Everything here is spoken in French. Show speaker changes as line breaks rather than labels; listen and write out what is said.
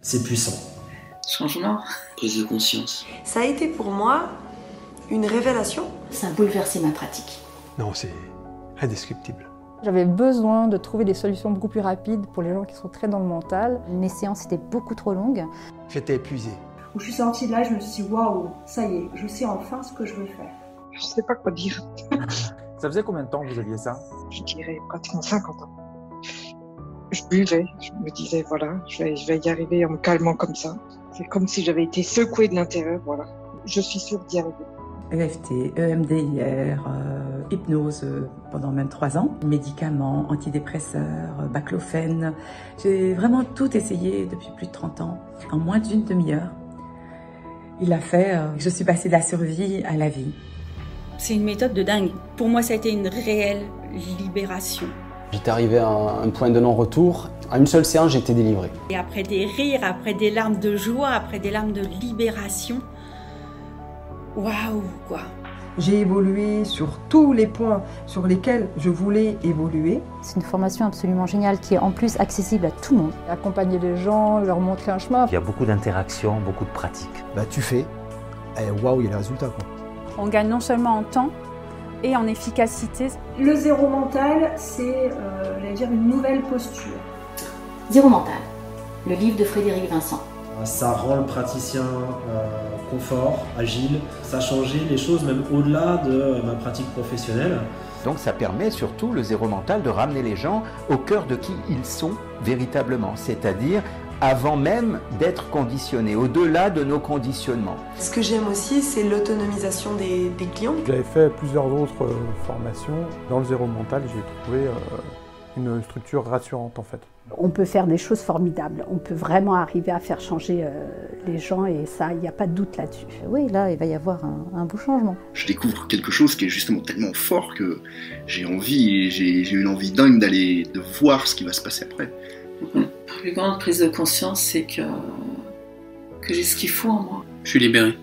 C'est puissant.
Changement.
Prise de conscience.
Ça a été pour moi une révélation.
Ça a bouleversé ma pratique.
Non, c'est indescriptible.
J'avais besoin de trouver des solutions beaucoup plus rapides pour les gens qui sont très dans le mental.
Mes séances étaient beaucoup trop longues.
J'étais épuisé.
Où je suis sortie de là, je me suis dit waouh, ça y est, je sais enfin ce que je veux faire.
Je sais pas quoi dire.
ça faisait combien de temps que vous aviez ça
Je dirais pratiquement 50 ans. Je buvais, je me disais voilà, je vais, je vais y arriver en me calmant comme ça. C'est comme si j'avais été secouée de l'intérieur, voilà. Je suis sûre d'y arriver.
E EFT, EMDR, euh, hypnose euh, pendant même trois ans, médicaments, antidépresseurs, euh, baclofène. J'ai vraiment tout essayé depuis plus de 30 ans, en moins d'une demi-heure. Il a fait, euh, je suis passée de la survie à la vie.
C'est une méthode de dingue. Pour moi, ça a été une réelle libération.
J'étais arrivé à un point de non-retour. À une seule séance, j'étais délivré.
Et après des rires, après des larmes de joie, après des larmes de libération, waouh quoi.
J'ai évolué sur tous les points sur lesquels je voulais évoluer.
C'est une formation absolument géniale qui est en plus accessible à tout le monde.
Accompagner les gens, leur montrer un chemin.
Il y a beaucoup d'interactions, beaucoup de pratiques.
Bah tu fais, et waouh, il y a les résultats quoi.
On gagne non seulement en temps et en efficacité.
Le zéro mental, c'est euh, j'allais dire une nouvelle posture.
Zéro mental, le livre de Frédéric Vincent.
Euh, Ça rend le praticien euh, confort, agile. Ça a changé les choses même au-delà de ma pratique professionnelle.
Donc ça permet surtout le zéro mental de ramener les gens au cœur de qui ils sont véritablement, c'est-à-dire avant même d'être conditionnés, au-delà de nos conditionnements.
Ce que j'aime aussi, c'est l'autonomisation des, des, clients.
J'avais fait plusieurs autres euh, formations. Dans le zéro mental, j'ai trouvé euh, une structure rassurante en fait.
On peut faire des choses formidables, on peut vraiment arriver à faire changer euh, les gens et ça, il n'y a pas de doute là-dessus.
Oui, là, il va y avoir un, un, beau changement.
Je découvre quelque chose qui est justement tellement fort que j'ai envie, j'ai une envie dingue d'aller de voir ce qui va se passer après.
Mmh. La plus grande prise de conscience, c'est que, que j'ai ce qu'il faut en moi.
Je suis libéré.